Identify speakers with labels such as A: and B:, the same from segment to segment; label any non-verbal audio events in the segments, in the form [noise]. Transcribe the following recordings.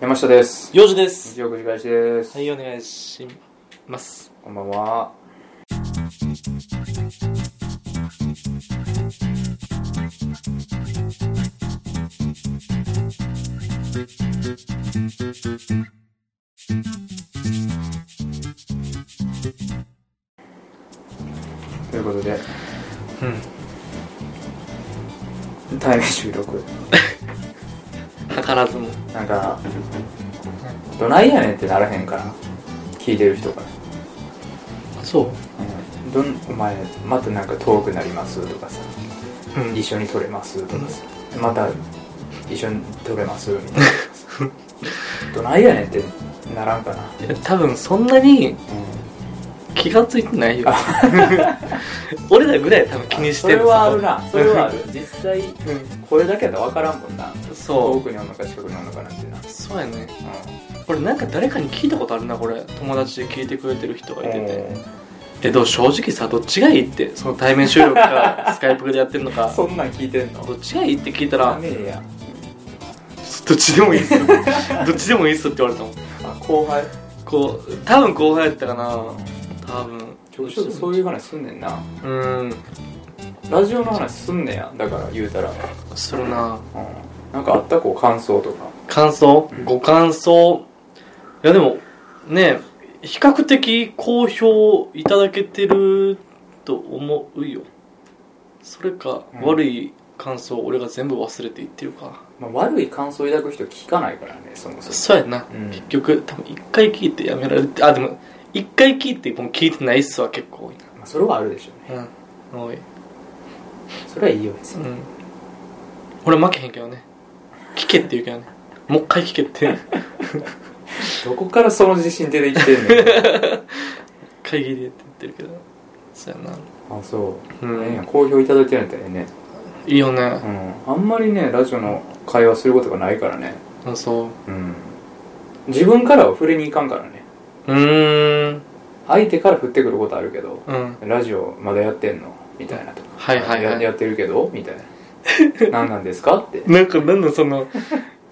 A: 山下です。
B: ようじです。
A: 日曜くじ返しです。
B: はい、お願いします。
A: こんばんは。ということで、対面収録。
B: うん。図らずも。
A: なんか、どないやねんってならへんから、聞いてる人から。
B: そ
A: どんお前またなんか遠くなりますとかさ
B: う。う
A: 一
B: ん。
A: 緒に撮れますとかさまた一緒に撮れますみたいなさどないやねんってならんかな、
B: 多分そんなに気がついてないよ。 [laughs] 俺らぐらい多分気にし
A: そ
B: て
A: れ
B: る。
A: はあるなそれはあ
B: [laughs]
A: る実際これだけやったら分からんもんな
B: うん。
A: 遠
B: そ
A: くにおんのか近くにおんのかなんてな、
B: う。そうやね。俺なんか誰かに聞いたことあるな、これ。友達で聞いてくれてる人がいてて。え、どう正直さ、どっちがいいって。その対面収
A: [laughs]
B: 録か、スカイプでやってんの
A: うん
B: か。
A: そんなん聞いてんの
B: どっちがいいって聞いた
A: ダ
B: ら、
A: メや
B: どっちでもいいっす。どっちでもいいっすって言われたもん。
A: あ後輩
B: こう多分後輩やったかな多分
A: ちょっとそうういう話すんねんな
B: うん
A: ラジオの話すんねやだから言うたら、うん、
B: するな
A: なんかあったこう感想とか
B: 感想
A: うん
B: ご感想いやでもね比較的好評いただけてると思うよそれか、
A: うん
B: 悪い感想俺が全部忘れていってるか
A: まあ、悪い感想を抱く人聞かないからねそもそも
B: そうやな、
A: うん
B: 結局多分一回聞いてやめられてあでも一回聞いてもう聞いてないっすは結構多い
A: まあ、それはあるでしょうね
B: なうん多い
A: それはいいよ別
B: う
A: に
B: ん、俺負けへんけどね聞けって言うけどねもう一回聞けって
A: どこからその自信出てきてんの
B: [laughs] 会議でやって言ってるけどそうやな
A: あそう、
B: うん
A: ええやん好評いただいてるんだったらええね、
B: いいよね
A: うん、あんまりねラジオの会話することがないからね
B: うんそ
A: う
B: う
A: ん自分からは触れに行かんからね
B: うーん
A: 相手から振ってくることあるけど
B: うん
A: ラジオまだやってんのみたいなとか
B: はいはい
A: や
B: は
A: や
B: い
A: ってるけどみたい
B: [laughs]
A: な何なんですかって
B: なんかなんなんその [laughs]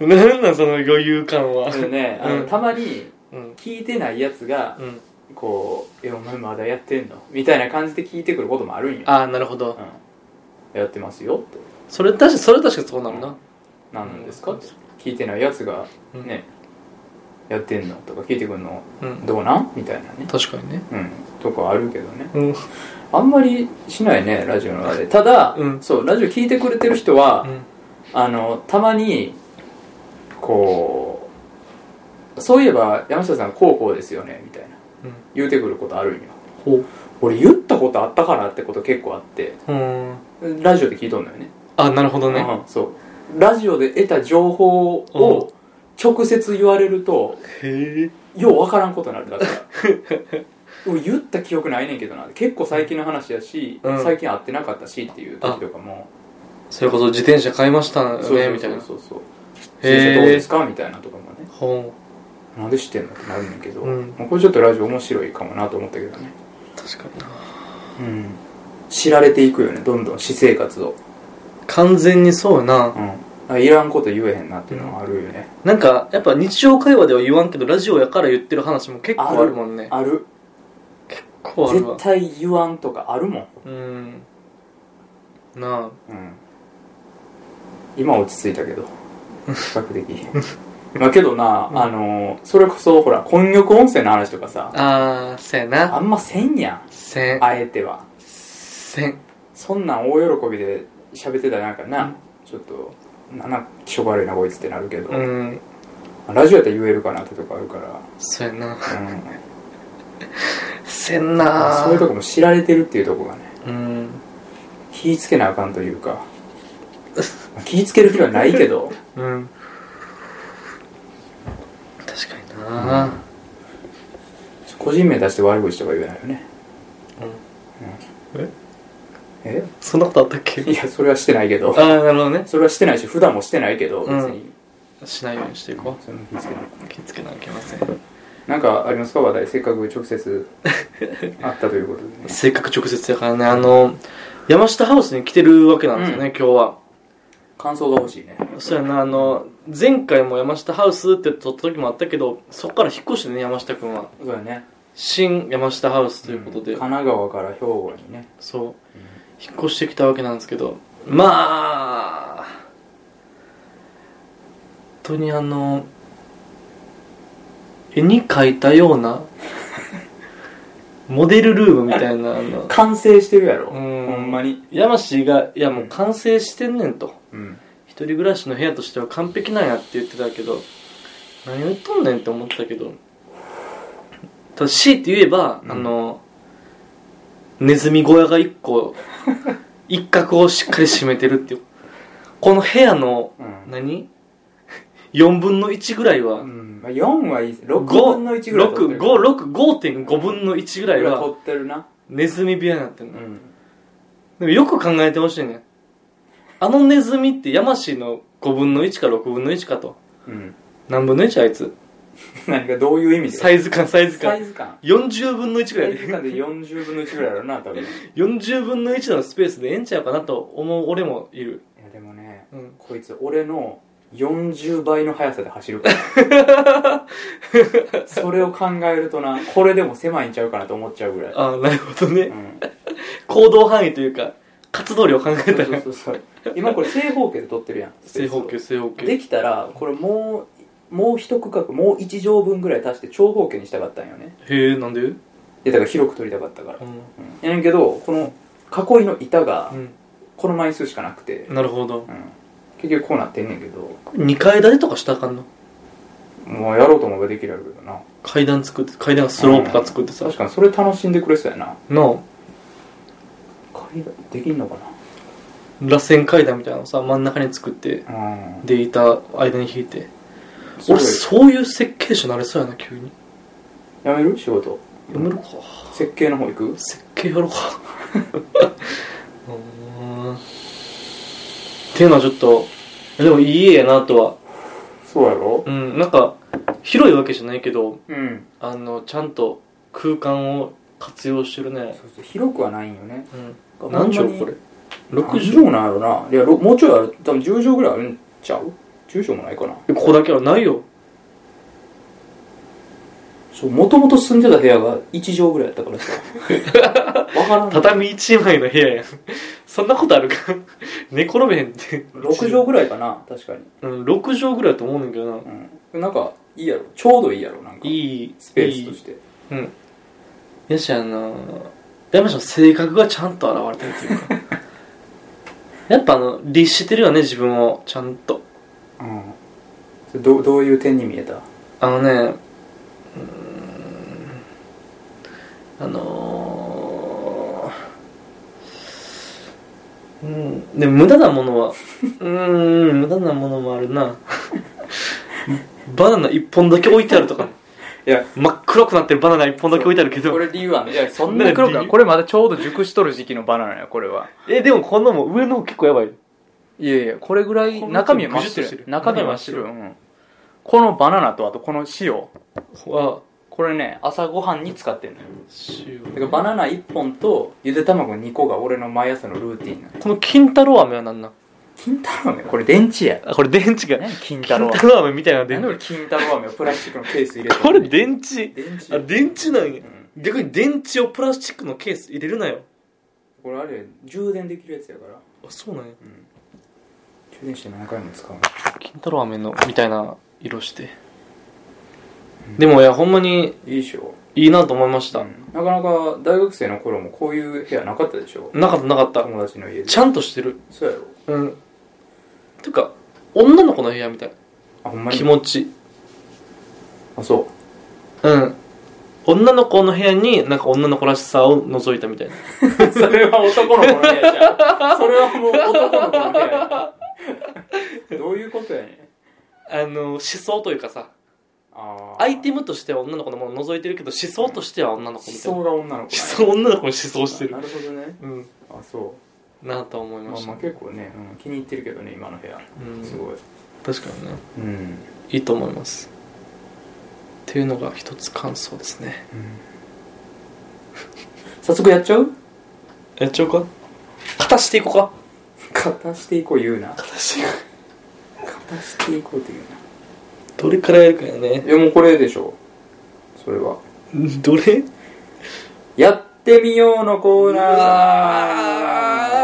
B: なんなんその余裕感は
A: でねあの
B: うん
A: たまに
B: うん
A: 聞いてないやつが
B: うん
A: こう「えお前まだやってんの?」みたいな感じで聞いてくることもあるんよ、
B: ああなるほど
A: うん、やってますよって
B: それ確かそれ確かそうなるな
A: 何なんですかって聞いてないやつが
B: うん
A: ね、やってんのとか聞いてくるの
B: うん
A: どうなんみたいなね
B: 確かにね
A: うんとかあるけどね
B: うん
A: あんまりしないねラジオの中でただ、
B: うん
A: そうラジオ聞いてくれてる人は、あのたまにこうそういえば山下さんこうこうですよねみたいな
B: うん
A: 言うてくることあるんよ
B: ほ
A: 俺言ったことあったかなってこと結構あって
B: ううん
A: ラジオで聞いとんのよね
B: あなるほどね
A: うんそうラジオで得た情報を直接言われると、
B: へえ
A: ようわからんことになるだから [laughs] 俺言った記憶ないねんけどな結構最近の話やし、
B: うん
A: 最近会ってなかったしっていう時とかも
B: それこそ自転車買いましたよ
A: そう
B: ねみたいな
A: そうそうそう先生どう
B: へ
A: で
B: え
A: すかみたいなとかもね
B: ほ
A: なんで知ってんのってなるねんけど、
B: うん
A: もうこれちょっとラジオ面白いかもなと思ったけどね、
B: う確かにな
A: うん、知られていくよねどんどん私生活を、
B: 完全にそうやな
A: うん、いらんこと言えへんなっていうのはあるよね、
B: なんかやっぱ日常会話では言わんけどラジオやから言ってる話も結構あるもんね
A: ある
B: 結構あるわ
A: 絶対言わんとかあるもん、
B: うんなあ
A: うん、今は落ち着いたけど比較 [laughs] 的まあけどな、
B: うん
A: あのーそれこそほら混浴音声の話とかさ
B: あーせや
A: あ
B: なん
A: ませんやん
B: せん
A: あえては
B: せん
A: そんなん大喜びで喋ってたらなんかな、
B: うん
A: ちょっとななんか気色悪いなこいつってなるけど、
B: うん
A: ラジオやったら言えるかなってとこあるから、
B: そうやな
A: うん
B: せんな
A: そういうとこも知られてるっていうとこがね
B: うん
A: 気ぃつけなあかんという [laughs] か気ぃつける気はないけど
B: うん確かにな
A: 個人名出して悪口とか言えないよね
B: うんえ
A: え
B: そんなことあったっけ
A: いやそれはしてないけ
B: あ
A: ど
B: ーなるほどね
A: それはしてないし普段もしてないけど別に、
B: しないようにしていこ
A: それも気ぃつけな
B: う気をつけなきゃいけません
A: なんかありますか話題せっかく直
B: [laughs]
A: 接会ったということでね
B: 性格直接やからねあの山下ハウスに来てるわけなんですよね、
A: うん
B: 今日は
A: 感想が欲しいね
B: そうやなあの前回も山下ハウスって撮った時もあったけどそこから引っ越してね山下君は
A: そうだね
B: 新山下ハウスということで、
A: 神奈川から兵庫にね
B: そう、引っ越してきたわけなんですけどまあ本当にあの絵に描いたようなモデルルームみたいなあの
A: 完成してるやろ
B: う
A: ほ
B: ん
A: んまに
B: 山氏がいやもう完成してんねんと
A: うん
B: 一人暮らしの部屋としては完璧なんやって言ってたけど何を言っとんねんって思ってたけどただ強いて言えば、
A: うん
B: あのネズミ小屋が一個
A: [laughs]
B: 一角をしっかり占めてるっていうこの部屋の
A: うん
B: 何4分の1ぐらいは、
A: うんまあ4はいいです6
B: 5
A: 分の1ぐらい取ってる
B: 5.5分の1ぐらい
A: ぐらい取
B: は
A: ってるな
B: ネズミ部屋になってる
A: う
B: の、
A: ん
B: でもよく考えてほしいねあのネズミってヤマシの5分の1か6分の1かと
A: うん [laughs]
B: 何分の1あいつ
A: 何かどういう意味で
B: サイズ感サイズ
A: サイ
B: 感
A: ズ感
B: 40分の1ぐ
A: サ
B: ら
A: イ
B: い
A: ズ
B: で
A: 感で40分の1ぐらいだろうな
B: [laughs]
A: 多分い
B: 40分の1のスペースでええんちゃうかなと思う俺もいる、
A: やでもね
B: うん、
A: こいつ俺の40倍の速さで走るから
B: [laughs]
A: それを考えるとなこれでも狭いんちゃうかなと思っちゃうぐらい、
B: ああなるほどね
A: う
B: [laughs]
A: ん、
B: 行動範囲というか活動量考えた
A: そう
B: ら
A: そうそうそう今これ正方形で撮ってるやん
B: 正方形正方形
A: できたらこれもうもう一区画もう一畳分ぐらい足して長方形にしたかったんよね
B: へえなんでうん
A: いやだから広く撮りたかったから、うん、やねんけどこの囲いの板がこの枚数しかなくて、
B: なるほど
A: うん、結局こうなってんねんけど
B: 2階建てとかしたらあかんの
A: もうやろうと思えばできるやろうけどな
B: 階段作って階段スロープが作ってさ
A: 確かにそれ楽しんでくれそうやな
B: の
A: 階段できんのか
B: 螺旋階段みたいなのさ真ん中に作って
A: なうん
B: で板間に引いて
A: すごい
B: 俺そういう設計士になれそうやな急に
A: やめる仕事
B: やめるか
A: 設計の方行く
B: 設計やろうかうーんっていうのはちょっとでもいい家やなとは
A: そうやろ
B: うんなんか広いわけじゃないけど
A: うん
B: あのちゃんと空間を活用してるね
A: そうそう広くはないんよね
B: うん何畳これ
A: 6
B: 6
A: 畳なんやろないやろもうちょいある多分10畳ぐらいあるんちゃう10畳もないかな
B: 畳ここだけはないよ
A: そうもともと住んでた部屋が1畳ぐらいやったからさ
B: [laughs]
A: わからん
B: 畳1枚の部屋やん [laughs] そんなことあるか [laughs] 寝転べへんって
A: 6畳ぐらいかな確かに、
B: うん6畳ぐらいだと思うねんだけどな
A: うん、なんかいいやろちょうどいいやろなんか
B: いい
A: スペースとして
B: うん。やし、あのー、山下の性格がちゃんと現れてるっていうか。
A: [laughs]
B: やっぱあの、律してるよね、自分を。ちゃんと。
A: うんそれどうどういう点に見えた
B: あのね、うーん、あのー、うん、でも無駄なもの
A: [laughs]
B: は、うーん、無駄なものもあるな。バナナ一本だけ置いてあるとか、
A: いや
B: 真っ黒くなってるバナナ一本だけ置いてあるけど
A: こ。れ理由はねいやそん
B: な
A: な黒く
B: 理
A: な
B: 由
A: いこれまだちょうど熟しとる時期のバナナやこれは
B: えでもこんなもん上の方結構やばい
A: いやいやこれぐらい
B: この
A: 中身は真っ白
B: ぐじゅっとしてる
A: や中身は真っ白、うん、このバナナとあとこの塩
B: は
A: これね朝ごはんに使ってんのよ
B: 塩
A: だからバナナ1本とゆで卵2個が俺の毎朝のルーティンなの
B: この金太郎飴は何なん
A: 金太郎飴これ電池や
B: あこれ電池が
A: 何金太
B: 金
A: 郎飴
B: 太郎飴みたいな
A: 何
B: 電
A: で
B: 池
A: 俺金太郎飴をプラスチックのケース入れてんの
B: これ電池
A: 電池
B: あ
A: や
B: 電池なんや
A: うん
B: 逆に電池をプラスチックのケース入れるなよ
A: これあれ充電できるやつやから
B: あそうなんや
A: 充電して何回も使うの
B: 金太郎飴のみたいな色してでもいやほんまに
A: いいでしょ
B: いいなと思いました、
A: うんなかなか大学生の頃もこういう部屋なかったでしょ
B: なかったなかった
A: 友達の家で
B: ちゃんとしてる
A: そうやろ
B: うんてか女の子の部屋みたい
A: あほんま
B: な
A: に
B: 気持ち
A: あそう
B: うん女の子の部屋になんか女の子らしさを覗いたみたい
A: [laughs]
B: な
A: それは男の子の部屋じゃ [laughs] ん。それはもう男の子の部屋や。どういうことやねん。
B: あの思想というかさ
A: あー
B: アイテムとしては女の子のものを覗いてるけど思想としては女の子
A: 思
B: みたいな
A: 想が女の
B: 思
A: 子
B: 想女の子に思想してる
A: な。なるほどね。
B: うん
A: あ、そ。
B: なあとは思いうま
A: まあ
B: した、
A: まあ結構ね、うん気に入ってるけどね、今の部屋。
B: うん
A: すごい。
B: 確かにね
A: うん。
B: いいと思いますっていうのが一つ感想ですね
A: 早速やっちゃう
B: やっちゃおうか片していこうか
A: 片していこう言うな。
B: 片していこ
A: 出していこうという
B: どれからやるかやね
A: いやもうこれでしょそれは
B: どれ
A: やってみようのコーナー
B: う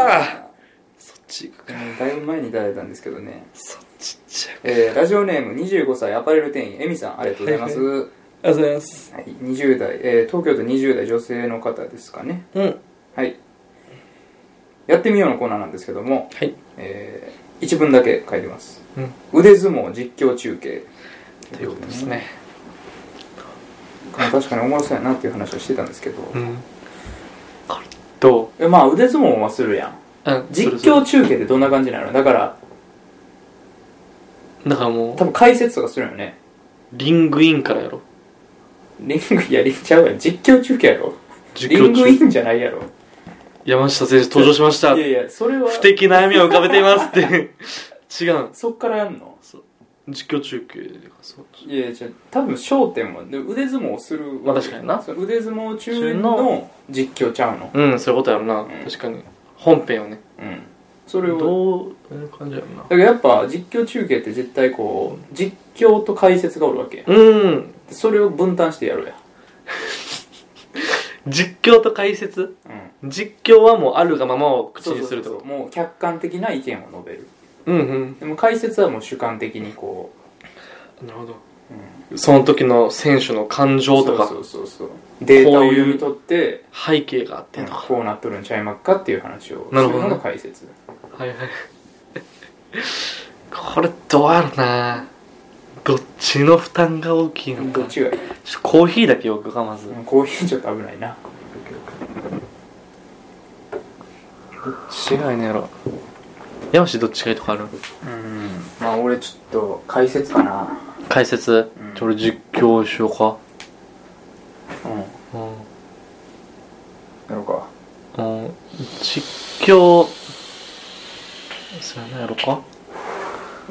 B: わそっち行くか
A: だいぶ前にいただいたんですけどね、
B: そっち行っちゃ
A: えーラジオネーム25歳アパレル店員エミさんありがとうございます、
B: はうありがとうございます
A: はい、20代、えー東京都20代女性の方ですかね
B: うんは
A: はいやってみようのコーナーなんですけども、
B: い
A: えー一文だけ書いてます
B: うん
A: 腕相撲実況中継
B: ということですね
A: まあ確かにおもろそうやなっていう話をしてたんですけど、
B: うんこれどう
A: えまあ腕相撲はするやん
B: あ
A: 実
B: それ
A: 況中継ってどんな感じなのだから
B: それだからもう
A: 多分解説とかするよね
B: リングインからやろ
A: リングいやリンちゃうやん実況中継やろ
B: 実
A: リ
B: 況
A: ン
B: 中
A: グインじゃないやろ
B: 山下選手登場しました
A: いやいやそれは
B: 不敵な闇を浮かべていますって
A: [laughs]
B: 違うん
A: そっからやんの
B: 実況中継でそう
A: いやいやじゃあ多分焦点はで腕相撲をする
B: まあ
A: わけ
B: 確かにな
A: その腕相撲中
B: 中
A: の実況ちゃうの
B: うんそういうことやろな、
A: ん
B: 確かに本編をね
A: うんそれを
B: どういう感じやろな
A: だからやっぱ実況中継って絶対こう実況と解説がおるわけや
B: うん
A: でそれを分担してやるや
B: 実況と解説
A: うん
B: 実況はもうあるがままを口
A: そう
B: に
A: そう
B: す
A: そ
B: る
A: う
B: って
A: そ
B: こ
A: う
B: と
A: もう客観的な意見を述べる
B: うんうん
A: でも解説はもう主観的にこ
B: なるほど
A: う、うん、
B: その時の選手の感情とか
A: そうそうそうそうデータを読み取って
B: 背景があって
A: うん
B: とか、
A: こうなっとるんちゃいまっかっていう話をす
B: なる
A: る
B: ほどね
A: のが解説
B: はいはいこれどうやろなどっちの負担が大きいのか
A: どっちがいい
B: ちょコーヒーだけよくかまず、
A: コーヒーちょっと危ないな
B: 違いねやろ山氏どっちがいいとかあ
A: う
B: る
A: んまあ俺ちょっと解説かな
B: 解説、
A: うん
B: じゃあ俺実況しようか
A: うん
B: うん
A: やろうか
B: うん実況そうやなやろか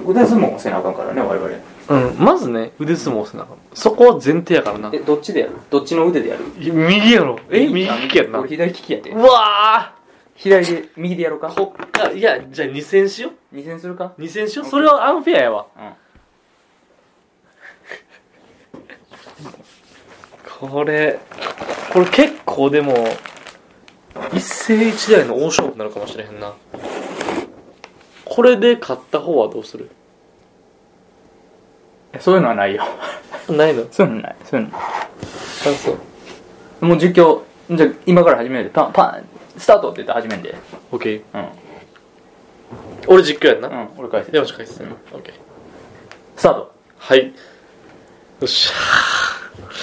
A: 腕相撲をせなあかんからね我々
B: うんまずね腕相撲をせなあかんそこは前提やからな
A: えどっちでやるどっちの腕でやる
B: 右やろえ右利きやんな
A: 俺
B: う
A: 左利きやで
B: わ
A: 左で右でやろうか
B: ーこっからいやじゃあ2戦しよ
A: 二戦するか
B: う2戦しようそれはアンフェアやわ
A: うん
B: これこれ結構でも一世一代の大勝負になるかもしれへんなこれで勝った方はどうする
A: そういうのはないよ [laughs]
B: ないの
A: そういうのないそういうの
B: 感想
A: もう実況じゃあ今から始めるでパンパンスタートって言って始めんで
B: OK
A: うん
B: 俺実況やんな、
A: うん俺解説
B: 山氏解説やな OK
A: スタート
B: はいよっし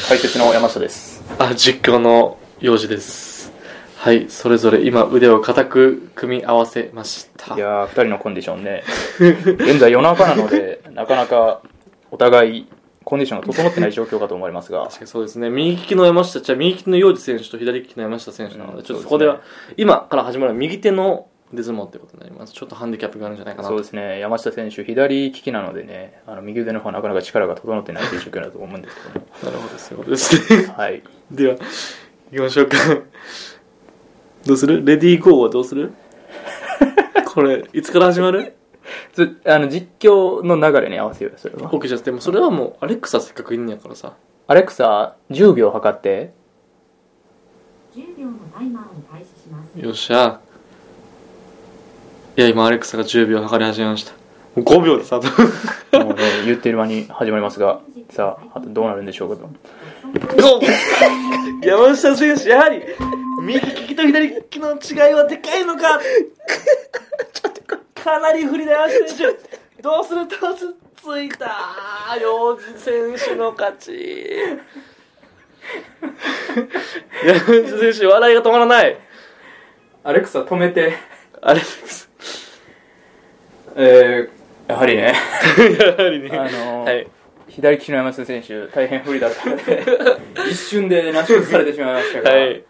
A: 解説の山下です
B: ゃあ実況の用事ですはいそれぞれ今腕を固く組み合わせました
A: いやー2人のコンディションね現在夜中なの [laughs] でなかなかお互いコンディションが整ってない状況かと思いますが
B: 確かにそうですね右利きの山下じゃあ右利きの洋治選手と左利きの山下選手なので、
A: うん
B: ちょっとそ
A: そ
B: こ
A: うで
B: です
A: ね
B: は今から始まる右手の腕相撲ってことになりますちょっとハンディキャップがあるんじゃないかな
A: そうですね山下選手左利きなのでねあの右腕の方はなかなか力が整ってないという状況だと思うんですけど、ね、
B: なるほどそういうことですね
A: はい
B: [laughs] では行きましょうか [laughs] どうするレディーゴーはどう
A: [laughs]
B: するこれいつから始まる
A: つあの実況の流れに合わせようよそれは
B: OK じゃあでもそれはもうアレックサせっかくいんねやからさ
A: アレクサ10秒測って
C: 10秒のタイマーを開始します。
B: よっしゃいや今アレックサが10秒測り始めましたもう5秒でさ
A: もうね [laughs] 言ってる間に始まりますがさああとどうなるんでしょうかと
B: 山下選手やはり右利きと左利きの違いはでかいのかかなり不利だ山下選手どうするどうするついた幼児選手の勝ち山下選手笑いが止まらない
A: アレクサ止めて
B: あれ
A: えー、やはりね
B: やはりね、
A: あのー
B: はい
A: 左利きの山下選手大変不利だったので一瞬でなし崩されてしまいましたが、
B: はい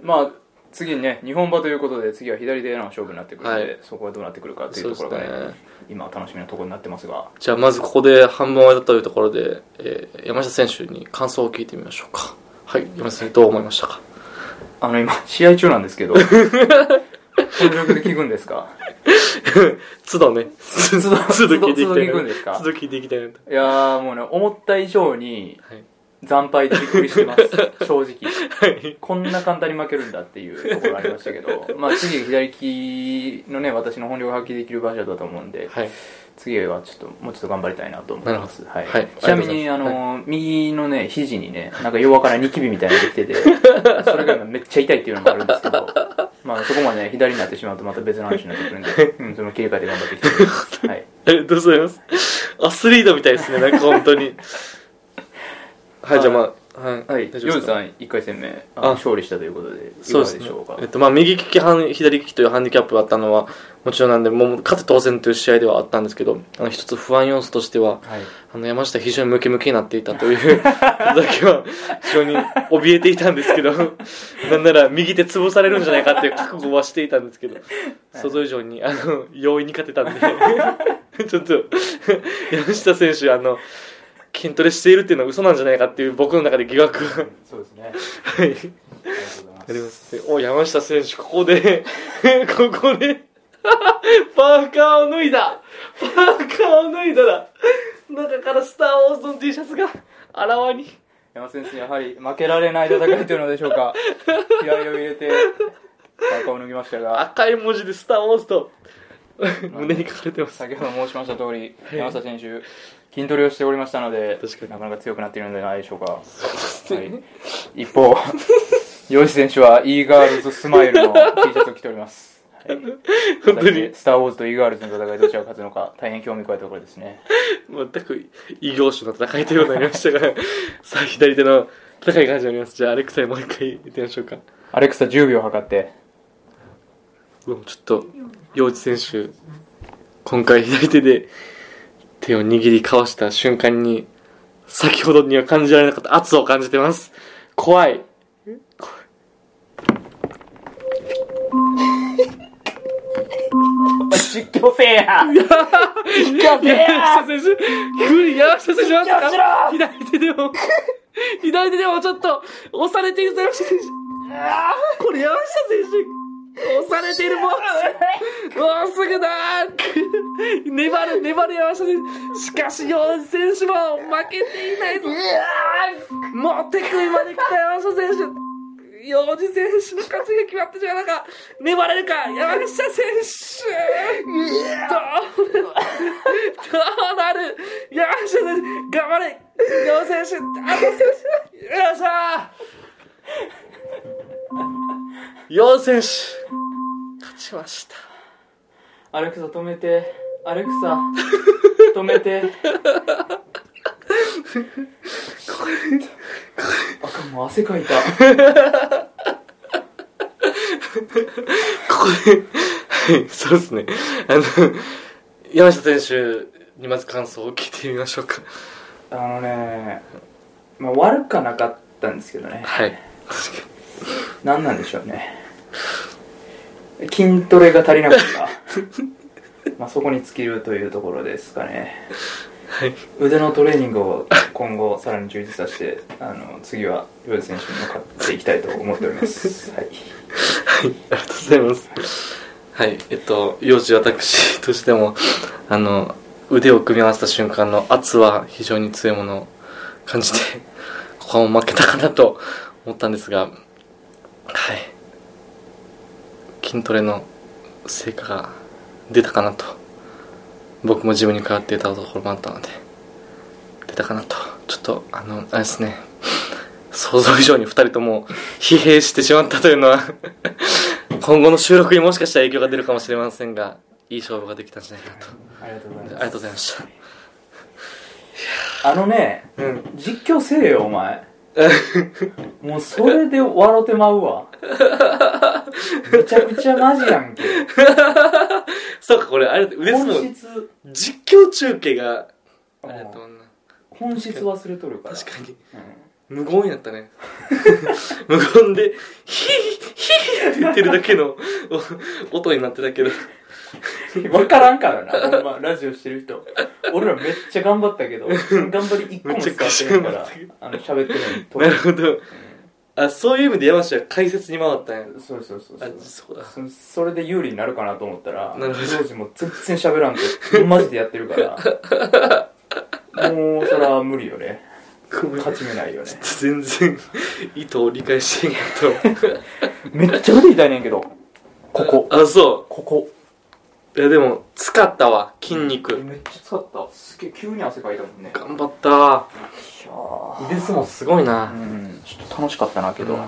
A: まあ次にね日本場ということで次は左での勝負になってくるので、
B: はい
A: そこはどうなってくるかとい
B: そう
A: うとこ
B: です
A: ろがね
B: ね
A: 今楽しみなところになってますが
B: じゃあまずここで半分終わったというところで、えー山下選手に感想を聞いてみましょうかはい山下選手どう思いましたか [laughs]
A: あの今試合中なんですけど本職で聞くんですか
B: 都度ね。 [laughs] 都
A: 都度
B: 聞いていきたい
A: 都度聞くん
B: な。
A: ですか
B: 都度聞いていきたいなと。
A: いやーもうね思った以上に
B: はい。
A: 惨敗でびっくりしてます
B: [laughs]
A: 正直
B: はい。
A: こんな簡単に負けるんだっていうところありましたけど、まあ、次、左利きのね、私の本領を発揮できる場所だと思うんで、
B: はい。
A: 次はちょっと、もうちょっと頑張りたいなと思います。はい
B: どはい
A: ちなみに、
B: あ
A: あ
B: りがとうござい
A: の、右のね、肘にね、なんか弱からニキビみたいなのできてて、それが今めっちゃ痛いっていうのもあるんですけ
B: [laughs]
A: ど、まあ、そこまで左になってしまうとまた別の話になってくるんで、
B: [laughs]
A: うん、その切り替えて頑張っていきたいと思います。はい。
B: ありがとうございます。アスリートみたいですね、なんか本当に。
A: [laughs]
B: はい、じゃあまあ、はい。
A: はい、
B: 大
A: ヨ
B: 丈夫で
A: ウ
B: すか
A: さん、1回戦目、あの
B: あ
A: 勝利したということで、いか
B: そう
A: が
B: です
A: で
B: ね
A: しょうか。
B: えっとまあ、右利き半左利きというハンディキャップがあったのはもちろんなんでもう勝て当然という試合ではあったんですけどあの一つ不安要素としては
A: はい。
B: あの山下非常にムキムキになっていたということだけは非常に怯えていたんですけ [laughs] どなんなら右手潰されるんじゃないかっていう覚悟はしていたんですけど想像以上にあの容易に勝てたんで [laughs] ちょっと山下選手あの筋トレしているっていうのは嘘なんじゃないかっていう僕の中で疑惑が
A: そうですね。あ
B: はい
A: りがとうございます
B: やりますねお山下選手ここで [laughs] ここで [laughs] パーカーを脱いだパーカーを脱いだら中から「スター・ウォーズ」の T シャツがあらわに
A: 山先生やはり負けられない戦いというのでしょうか気合を入れて赤を脱ぎましたが
B: 赤い文字で「スター・ウォーズと」 [laughs] 胸に書かれてます
A: 先ほど申しました通り山下選手筋トレをしておりましたので
B: 確かに
A: なかなか強くなっているのではないでしょうかはい、一
B: [laughs]
A: 方吉選手は e ガールズスマイルの T シャツを着ております、はい、
B: [laughs] 本当に
A: スター・ウォーズと e ガールズの戦いどちらが勝つのか大変興味深いところですね
B: 全く異業種の戦いということになりましたが [laughs] さあ左手の戦いが始まりますじゃあアレクサにもう一回言ってみましょうか
A: アレクサ10秒測
B: [laughs]
A: って
B: もうちょっと幼
C: 幼稚
B: 稚
C: 選
B: 選
C: 手
B: 手今回左手で手を握り交わした瞬間に先ほどには感じられなかった圧を感じてます怖い怖い
A: 実況せえ [laughs] や実況せえや
B: 山下選手不利山下選手ます
A: やめろ
B: か左手でも左手でもちょっと押されている山下選手これ山下選手押されているもうもうすぐだー [laughs] 粘る粘る山下選手しかしヨウ選手も負けていないぞもう手首まで来た山下選手ヨウ選手の勝ちが決まったじゃなか粘れるか山下選手どうどうなる山下選手頑張れヨウ選手あと選手よっしゃーヨウ選手勝ちました
A: アレクサ止めてアレク [laughs] サ止めてあかんもう汗かいた
B: ここで、はい、そうですね。あの、山下選手にまず感想を聞いてみましょうか。
A: あのね、まあ、悪かなかったんですけどね
B: はい。確か
A: 何なんでしょうね筋トレが足りなか [laughs] ったまあそこに尽きるというところですかね
B: はい
A: 腕のトレーニングを今後さらに充実させてあの次はヨウ選手に向かっていきたいと思っております、はい
B: に。はい。ありがとうございます。はい。えっと、幼児私としても、 [laughs] あの、腕を組み合わせた瞬間の圧は非常に強いものを感じて、 [laughs] ここはもう負けたかなと思ったんですが、はい。筋トレの成果が出たかなと。僕も自分に通っていたところもあったので、出たかなと。ちょっと、あの、あれですね。想像以上に二人とも疲弊してしまったというのは、今後の収録にもしかしたら影響が出るかもしれませんが、いい勝負ができたんじゃないかなと。
A: ありがとうござい
B: あり
A: ます
B: がとうございました。
A: あのね、
B: うん
A: 実況せえよお前 [laughs] もうそれで笑うてまうわめちゃくちゃマジやんけ
B: そうか、これ、あれ、腕相
A: 本
B: 撲、
A: 質
B: 実況中継が、
A: う
B: あ
A: ん
B: れだったもんな。
A: 本質忘れとるから
B: 確かに、
A: うん
B: 無言やったね。 [laughs] 無言で、ヒーヒーって言ってるだけの [laughs] お音になってたけど。
A: 分からんからな、ほんま、ラジオしてる人。俺らめっちゃ頑張ったけど、その頑張り一個も使ってないから
B: めっちゃ頑張ったけど、
A: あの、喋ってない
B: なるほど。あ、そういう意味で山下は解説に回ったんや。
A: そうそうそう
B: あ
A: そう、
B: そうだ。
A: そそれで有利になるかなと思ったら
B: なるほど
A: 当時もう全然喋らんてマジでやってるからもうそれは無理よね
B: ごめん。
A: 勝ち目ないよね
B: 全然意図を理解してんけ
A: めっちゃ腕痛いねんけどここ
B: ど。あ、そ
A: ここ
B: う。いや、でも、使ったわ、筋肉。
A: めっちゃ使ったすげえ急に汗かいたもんね
B: 頑張った
A: しゃー
B: 腕相撲すごいうな。
A: んちょっと楽しかったなけど、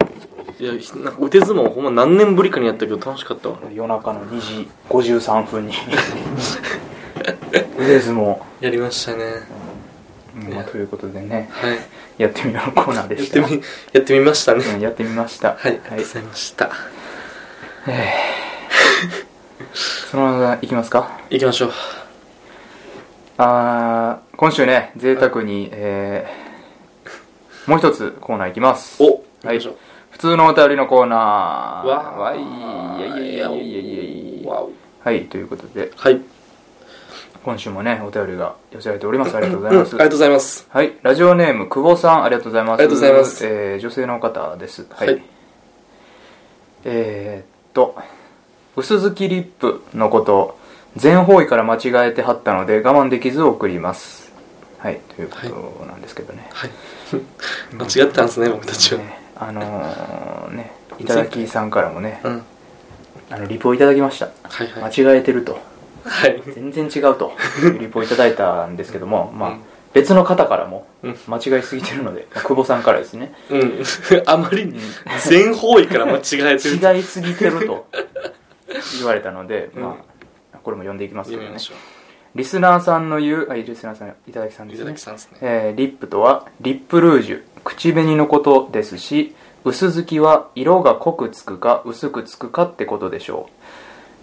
B: いや、ひなんか腕相撲ほんま何年ぶりかにやったけど楽しかったわ。
A: 夜中の2時53分 [laughs] に腕相撲、
B: やりましたね。
A: うんまあ、ということでね
B: はい。
A: やってみようコーナーで
B: やっ
A: した
B: てみ、やってみましたね。
A: うんやってみました
B: はい、ありがとうございました。
A: そのままいきますか
B: 行きましょう。
A: あー今週ね贅沢に、えーもう一つコーナーいきます
B: お行き
A: はい
B: ましょう。
A: 普通のお便りのコーナーわ
B: わ
A: ーいいやいやいやいやいやいや
B: わお
A: はいということで
B: はい。
A: 今週もねお便りが寄せられておりますありがとうご
B: あ
A: ざいま
B: りが
A: す
B: とうございます。
A: はい、ラジオネーム、久保さん、ありがとうございます。
B: ありがとうございます
A: えー女性の方です。はい。
B: はい
A: えーっと、薄付きリップのこと、全方位から間違えてはったので、我慢できず送ります。はい、ということなんですけどね。
B: はい。間違ったんですね、僕たちは。
A: ねあのー、ね、いただきさんからもね
B: う、ん。
A: あの、リポをいただきました。
B: はいはい。
A: 間違えてると。
B: はい。
A: 全然違う
B: [laughs]
A: というリポをいただいたんですけども、ま
B: う
A: あ
B: ん、
A: 別の方からも
B: うん、
A: 間違いすぎてるので、まあ久保さんからですね。
B: うん。あまりに全方位から間違えてる。
A: 違いすぎてると
B: [laughs]
A: 言われたので、まあ、これも読んでいきますけ
B: 読
A: ど
B: み
A: ね
B: ましょ
A: リスナーさんの言うあリスナーさんいただきさん
B: う。
A: で
B: い
A: す
B: ただ
A: ね
B: き、さんですね。
A: えーリップとはリップルージュ口紅のことですし薄付きは色が濃くつくか薄くつくかってことでしょ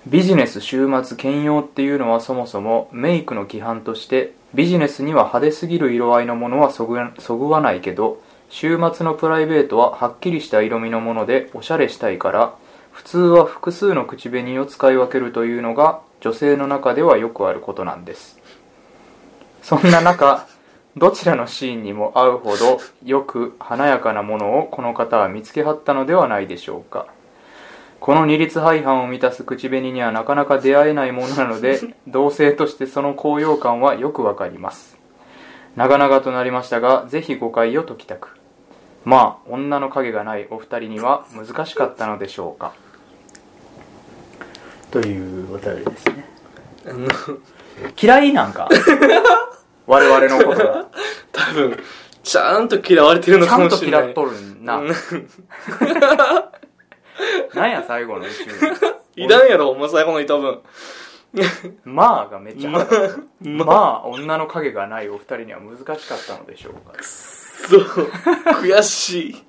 A: うビジネス週末兼用っていうのはそもそもメイクの規範としてビジネスには派手すぎる色合いのものはそぐそぐわないけど週末のプライベートははっきりした色味のものでおしゃれしたいから普通は複数の口紅を使い分けるというのが女性の中ではよくあることなんですそんな中どちらのシーンにも合うほどよく華やかなものをこの方は見つけはったのではないでしょうかこの二律背反を満たす口紅にはなかなか出会えないものなので同性としてその高揚感はよくわかります長々となりましたがぜひ誤解を解きたくまあ女の影がないお二人には難しかったのでしょうかというお便りですね
B: あの、
A: 嫌いなんか我々のことが
B: 多分、ちゃんと嫌われてる
A: [laughs]
B: の
A: ちゃ
B: か
A: ん
B: も
A: と
B: しれない。
A: 嫌っとるな。なんや、最後の一
B: うんいらんやろ、お前最後の言った分。
A: まあがめっちゃ腹立つ。
B: ま
A: まあ、女の影がないお二人には難しかったのでしょうか。
B: そう。悔しい。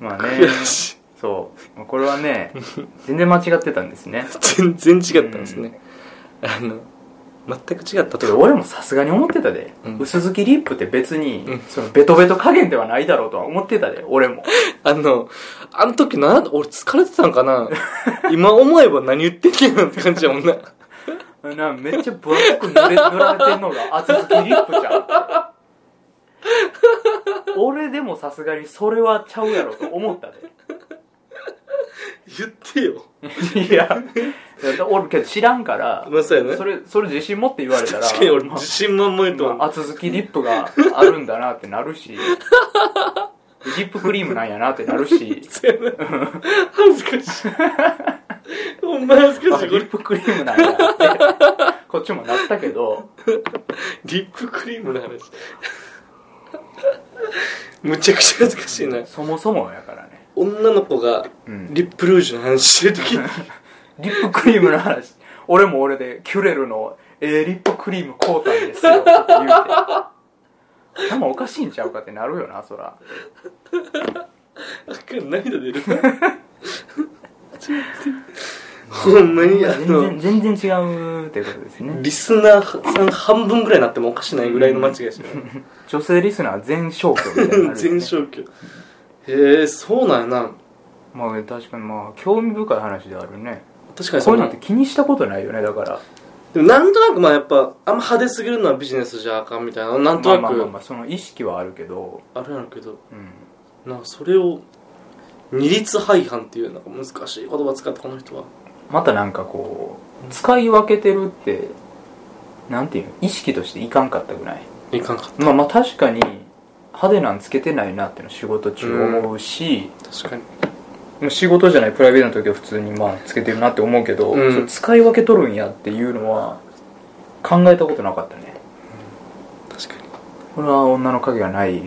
A: まあね
B: 悔、しい。
A: そう。まあこれはね、全然間違ってたんですね。
B: 全然違ったんですね。あの、全く違った
A: で
B: と。
A: 俺もさすがに思ってたで、
B: うん
A: 薄付きリップって別に、
B: うん
A: そのベトベト加減ではないだろうとは思ってたで俺も
B: あの、あの時な、俺疲れてたんかな今思えば何言ってんねんって感じやもんな。
A: なめっちゃ分厚く塗れ塗られてんのが厚付きリップちゃう俺でもさすがにそれはちゃうやろと思ったで
B: 言ってよ。
A: いや、だって俺けど知らんから、
B: まあそうやね
A: それ、それ自信持って言われたら、
B: 確かに俺
A: まあ
B: 自信満々やと思う。
A: まあ厚付きリップがあるんだなってなるし、リップクリームなんやなってなる
B: [laughs]
A: し、
B: そうやな。恥ずかしい。ほんま恥ず
A: あ
B: か
A: リ
B: しい。これ
A: ッ、プクリームなんやなって、こっちもなったけど、
B: リップクリームの話。むちゃくちゃ恥ずかしいな。
A: そもそもやからね。
B: 女の子が
A: うん
B: リップルージュの話して
A: [laughs]
B: る時に、
A: リップクリームの話、俺も俺でキュレルの、えー、リップクリーム交代ですよって言うて。頭おかしいんちゃうかってなるよな、そら。
B: あかん、涙出
A: [laughs]
B: る。ほんまに、あ
A: 全
B: の
A: 然、、全然違うっていうことですね。
B: リスナーさん半分ぐらいになってもおかしないぐらいの間違いでしたね。
A: 女性リスナー全消去み [laughs] たいになるよね
B: 全消去。へえ、そうなんやな。
A: まあ確かにまあ興味深い話であるね
B: 確かに
A: こ
B: そうう
A: いう
B: な
A: の
B: ん
A: って気にしたことないよねだから
B: でもなんとなくまあやっぱ、あんま派手すぎるのはビジネスじゃあかんみたいな、なんとな
A: まあまあまあ
B: く
A: まあその意識はあるけど
B: あるやろうけど、
A: うん
B: なそれを二律背反っていうなんか難しい言葉使ってこの人は
A: またなんかこう使い分けてるってなんていうの意識としていかんかったぐらい
B: いかんかっ
A: まあまあ確かに派手なんつけてないなっていうの仕事中思うし、
B: た確かに
A: 仕事じゃないプライベートの時は普通にまあつけてるなって思うけど、
B: うん
A: それ使い分けとるんやっていうのは考えたことなかったね
B: 確かに
A: これは女の影がない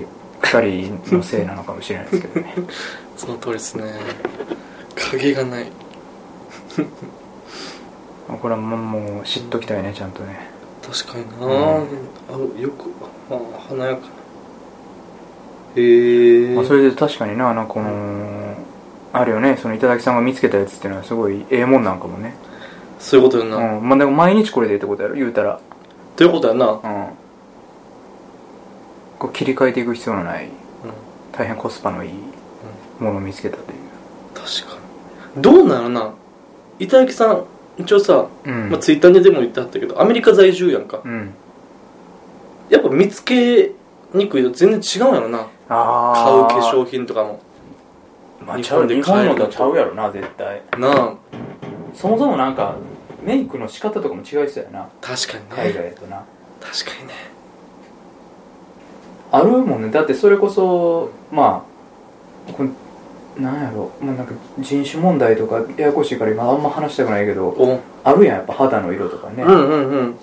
A: 2人のせいなのかもしれないですけど [laughs] ね
B: その通りですね影がない
A: これはもうもう知っときたいねちゃんとね
B: 確かにな、
A: う
B: あよくあ華やかなへえ
A: まあ、それで確かにななんかこのあるよねその頂さんが見つけたやつっていうのはすごいええもんなんかもね、
B: そういうことやん
A: う
B: な、
A: んまあ、でも毎日これでってことやろ言うたら、
B: ということやんな、う
A: う
B: ん
A: ん、こう切り替えていく必要のない大変コスパのいいものを見つけたという
B: 確かにどうなのな板垣さん一応さ、
A: うん、
B: まあ、ツイッターででも言ってはったけどアメリカ在住やんか
A: うん、
B: やっぱ見つけにくいと全然違うんやろな
A: あ
B: 買
A: あ
B: う化粧品とかも
A: まあ、
B: 日
A: ちゃう
B: 本で
A: 日
B: 買
A: 本
B: える
A: のとちゃうやろな絶対
B: なあ
A: そもそもなんかメイクの仕方とかも違いそうやな
B: 確かにね、
A: 海外やとな
B: 確かにね
A: あるもんねだってそれこそまあこれなんやろ、まあ、なんか人種問題とかややこしいから今あんま話したくないけど
B: お、
A: あるやんやっぱ肌の色とかね
B: う、んうんうん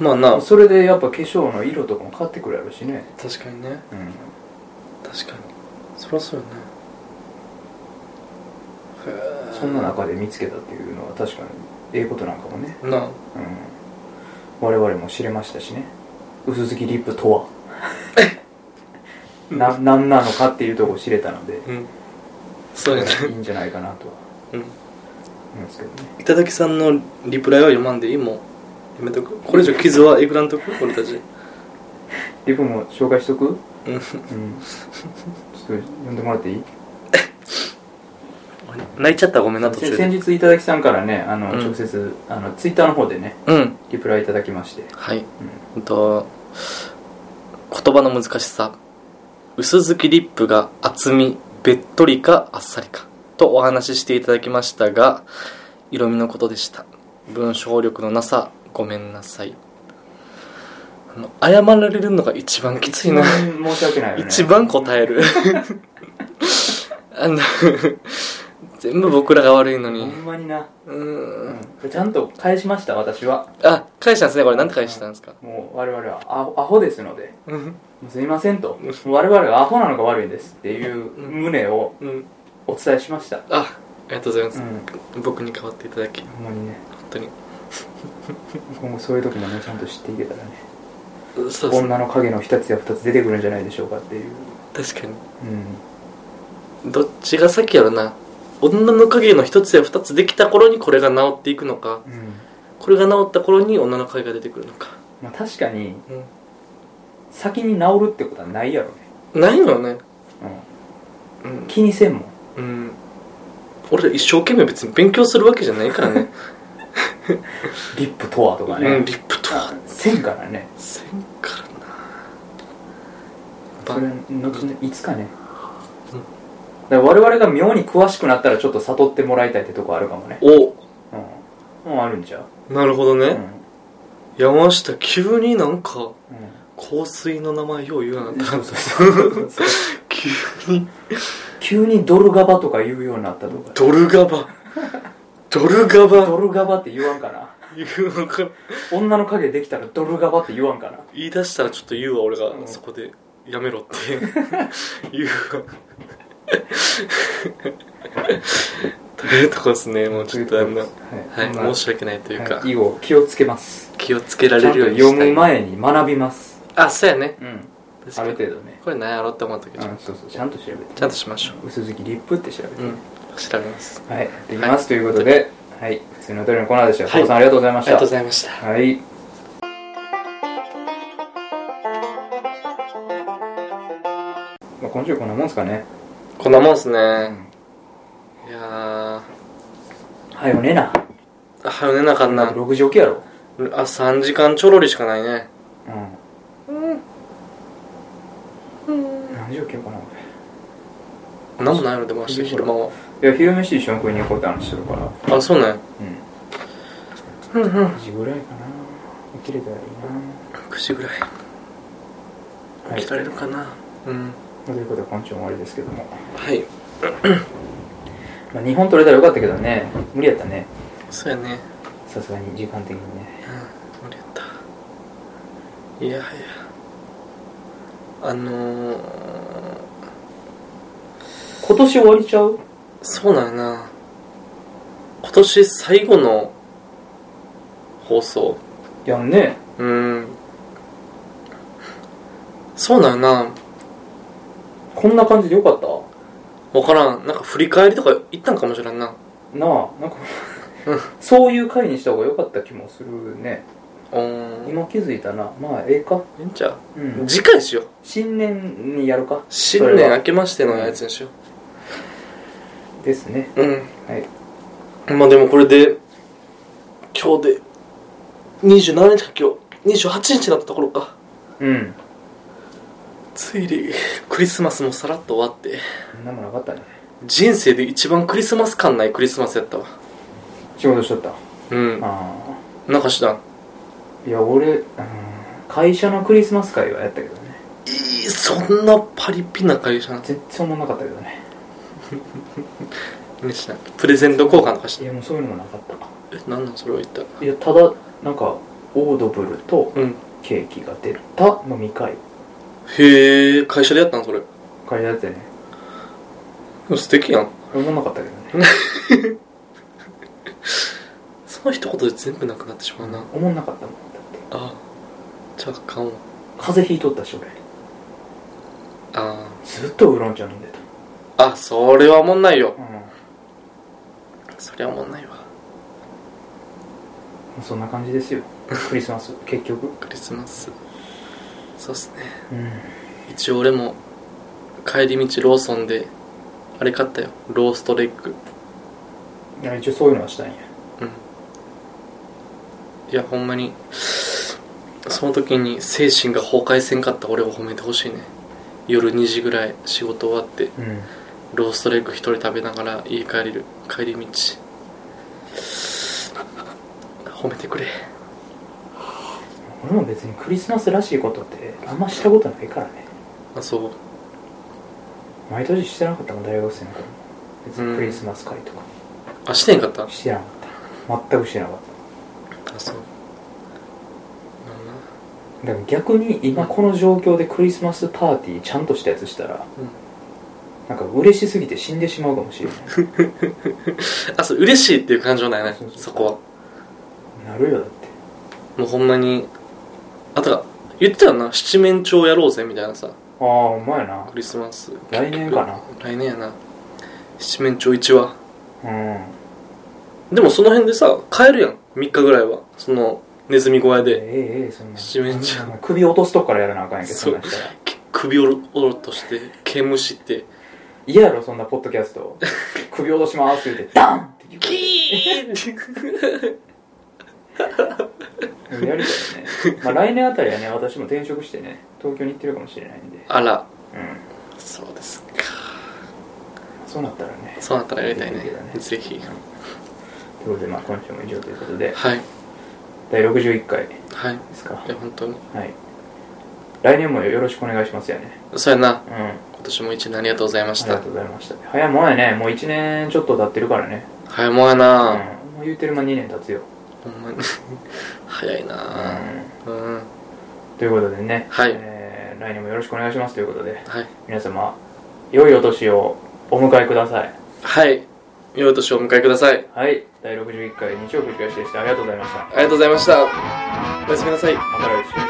B: まあな
A: それでやっぱ化粧の色とかも変わってくるやろしね、
B: 確かにね
A: うん、
B: 確かにそりゃそうよねへえ
A: そんな中で見つけたっていうのは確かにええことなんかもね、
B: なあ
A: うん、我々も知れましたしね薄付きリップとは
B: [laughs]
A: な何なのかっていうとこ知れたので
B: うんそうやね
A: いいんじゃないかなとは
B: うん
A: 思うんですけどね
B: 板崎さんのリプライは読まんでいいもんやめとくこれ以上傷はえぐらんとく俺たち
A: リップも紹介しとく
B: うん
A: うん、ちょっと呼んでもらっていい
B: 泣いちゃったらごめんな途
A: 先
B: 中
A: 先
B: で
A: 日いただきさんからねあの、
B: うん
A: 直接あのツイッターの方でね
B: うん
A: リプライいただきまして、
B: はい
A: うん
B: うんと言葉の難しさ薄付きリップが厚みべっとりかあっさりかとお話ししていただきましたが色味のことでした文章力のなさごめんなさいあの謝られるのが一番きついな
A: 一番申し訳ないよね
B: 一番答え [laughs] るあの全部僕らが悪いの
A: ほ
B: に
A: んまにな、
B: うー
A: うんん、ちゃんと返しました私は
B: あ返したんですねこれ何て返したんですか
A: もう我々はアホアホですので
B: うん
A: すいませんと我々がアホなのが悪いんですっていう旨を
B: うん
A: お伝えしました
B: あありがとうございま
A: う
B: す、
A: ん
B: 僕に代わっていただき本
A: ほんまにね
B: 当に
A: 今後そういう時もねちゃんと知っていけたらね
B: そうですね
A: 女の影の一つや二つ出てくるんじゃないでしょうかっていう
B: 確か
A: うん
B: にどっちが先やろな女の影の一つや二つできた頃にこれが治っていくのか
A: うん
B: これが治った頃に女の影が出てくるのか
A: まあ、確かに
B: う
A: 先に治るってことはないやろね、
B: んないのよねう
A: うんん、気にせんもん
B: うん俺ら一生懸命別に勉強するわけじゃないから [laughs] ね
A: リップとはとかね、
B: うんリップとは
A: せんからね
B: せんからな
A: それ後にいつかね、
B: うん
A: だから我々が妙に詳しくなったらちょっと悟ってもらいたいってとこあるかもね
B: お
A: うん、うん、あるんちゃう
B: なるほどね、
A: うん、
B: 山下急になんか
A: うん
B: 香水の名前よう言うようになった
A: そうそうそうそう
B: 急に
A: [laughs] 急にドルガバとか言うようになったとか
B: ドルガバドルガ
A: ド
B: バ
A: ルガバって言わんかな
B: 言うのか
A: 女の影できたらドルガバって言わんかな
B: 言い出したらちょっと言うわ俺が、
A: うん
B: そこでやめろって言うわというとこですねもうちょっとあんな、はい、
A: はい、
B: 申し訳ないというか、
A: はい以後気をつけます
B: 気をつけら
A: ちゃ
B: れ
A: ん
B: る
A: と
B: よう
A: 読
B: にした
A: む
B: い
A: 前に学びます
B: あそうやね
A: うん
B: 確
A: あ
B: か
A: る
B: に
A: 程度ね
B: これ何やろって思ったけ
A: う
B: ど、
A: んそうそうちゃんと調べて
B: ちゃんとしましょ
A: 薄付きリップって調べて
B: ううん調べます
A: はいやっていきますということではい普通のお便りのコーナーでした
B: はい
A: 佐藤さんありがとうござい
B: あ
A: ま
B: り
A: した
B: がとうございました
A: はいまあ今週こんなもんですかね
B: こんなもんっすね、
A: うん
B: いやー
A: はよねな
B: あはよ寝なあかんなあ
A: 6時起きやろ
B: 3時間ちょろりしかないね
A: うん何時起きようかな俺
B: なんもないのでまして
A: 昼
B: 昼間は。
A: いや昼飯一緒に食いに行こうって話してるからう
B: あ、そうなんや。
A: ん
B: うんうん。
A: 9時ぐらいかな起きれたらいい
B: 9時ぐらい。
A: な
B: 起きられるかな。うん。
A: ということで今週も終わりですけども、
B: はい。
A: まあ、2本取れたらよかったけどね無理やったね
B: そうやね。
A: さすがに時間的にね
B: うん。無理やった。いやいや。あのー、
A: 今年終わりちゃう
B: そうなんやな。今年最後の放送。
A: やんね
B: うーん。そうなんやな。
A: こんな感じでよかった
B: わからん。なんか振り返りとか言ったんかもしれんな。
A: なあなんかそういう回にした方が良かった気もするね
B: おーん。
A: 今気づいたなまあええか
B: ええんちゃ
A: う
B: うん次回しよう。
A: 新年にやるか
B: 新年明けましてのやつにしよ
A: ですね
B: う。うん。
A: はい
B: まあでもこれで、今日で、27日か今日、28日になったところか。
A: うん
B: ついに、クリスマスもさらっと終わって、
A: なんもなかったね
B: 人生で一番クリスマス感ないクリスマスやったわ。
A: 仕事しとったあ
B: うん。
A: あ
B: なんかしたん
A: いや俺、うん会社のクリスマス会はやったけどね
B: いい、そんなパリピな会社なんて
A: 全然思んなかったけどね
B: 何しないプレゼント交換とかし
A: い
B: て。
A: やもうそういうのもなかった
B: え、なんなんそれは一体。
A: いやただなんかオードブルと
B: うん。
A: ケーキが出た飲み会
B: へえ、会社でやったんそれ。
A: 会社やったよね
B: 素敵やん。
A: 思んなかったけどね
B: その一言で全部なくなってしまうな。
A: 思んなかったもんだって
B: ああ、じゃあかんわ。
A: 風邪ひいとったし俺
B: あ
A: ずっとウーロン茶飲んでた
B: あ。あ、それはおもんないよ。
A: う
B: それはおもんないわ。
A: んそんな感じですよクリスマス結局
B: クリスマス。そうっすね。
A: うん
B: 一応俺も、帰り道ローソンで、あれ買ったよ。ローストレッグ。
A: いや一応そういうのはしたんや
B: うん。いや、ほんまに、その時に精神が崩壊せんかった俺を褒めてほしいね。夜2時ぐらい仕事終わって、
A: うん
B: ローストレッグ一人食べながら家帰れる帰り道褒めてくれ
A: 俺も別にクリスマスらしいことってあんましたことないからね
B: あそう
A: 毎年してなかったもん大学生の頃も別にクリスマス会とか
B: あしてんかったあ
A: してなかった全くしてなかっ
B: そう
A: たでも逆に今この状況でクリスマスパーティーちゃんとしたやつしたら
B: うん
A: なんか嬉しすぎて死んでしまうかもし [laughs] れな
B: あそう嬉しいっていう感情ないね
A: そうそう
B: そこはい
A: なるよだって
B: もうほんまにあと言ってたよな七面鳥やろうぜみたいなさ
A: ああお前な
B: クリスマス
A: 来年かな
B: 来年やな七面鳥1話
A: うん
B: でもその辺でさ帰るやん3日ぐらいはそのネズミ小屋
A: ええ
B: で
A: ええそんな
B: 七面鳥
A: 首落とすとこからやらなあかんやけど
B: そ
A: そ
B: うん
A: なんしたら
B: 首を折ろうとして毛虫って
A: 嫌やろそんなポッドキャスト首落としますって言ってダンって
B: ギーン
A: やりたい
B: [laughs]
A: ねまあ来年あたりはね私も転職してね東京に行ってるかもしれないんで
B: あら
A: うん
B: そうですか
A: そうなったらね
B: そうなったらやりたいね
A: できるね
B: ぜひ
A: ということでまあ今週も以上ということで
B: はい
A: 第61回で
B: はい
A: すか
B: いや本当に
A: はい来年もよろしくお願いしますよね
B: そうやな
A: うんあ
B: 今年も一年ありがとうございまし
A: りが
B: た
A: とうございました早いもんやねもう1年ちょっと経ってるからね
B: 早もや
A: うん
B: な、
A: もう言うてる間2年経つよ
B: ほんまに [laughs] 早いうなうんん
A: ということでね
B: はい
A: えー来年もよろしくお願いしますということで
B: はい
A: 皆様良いお年をお迎えください
B: はい良いお年をお迎えください
A: はい第61回日曜繰り返しでしたありがとうございました
B: ありがとうございましたおやすみなさい
A: また来週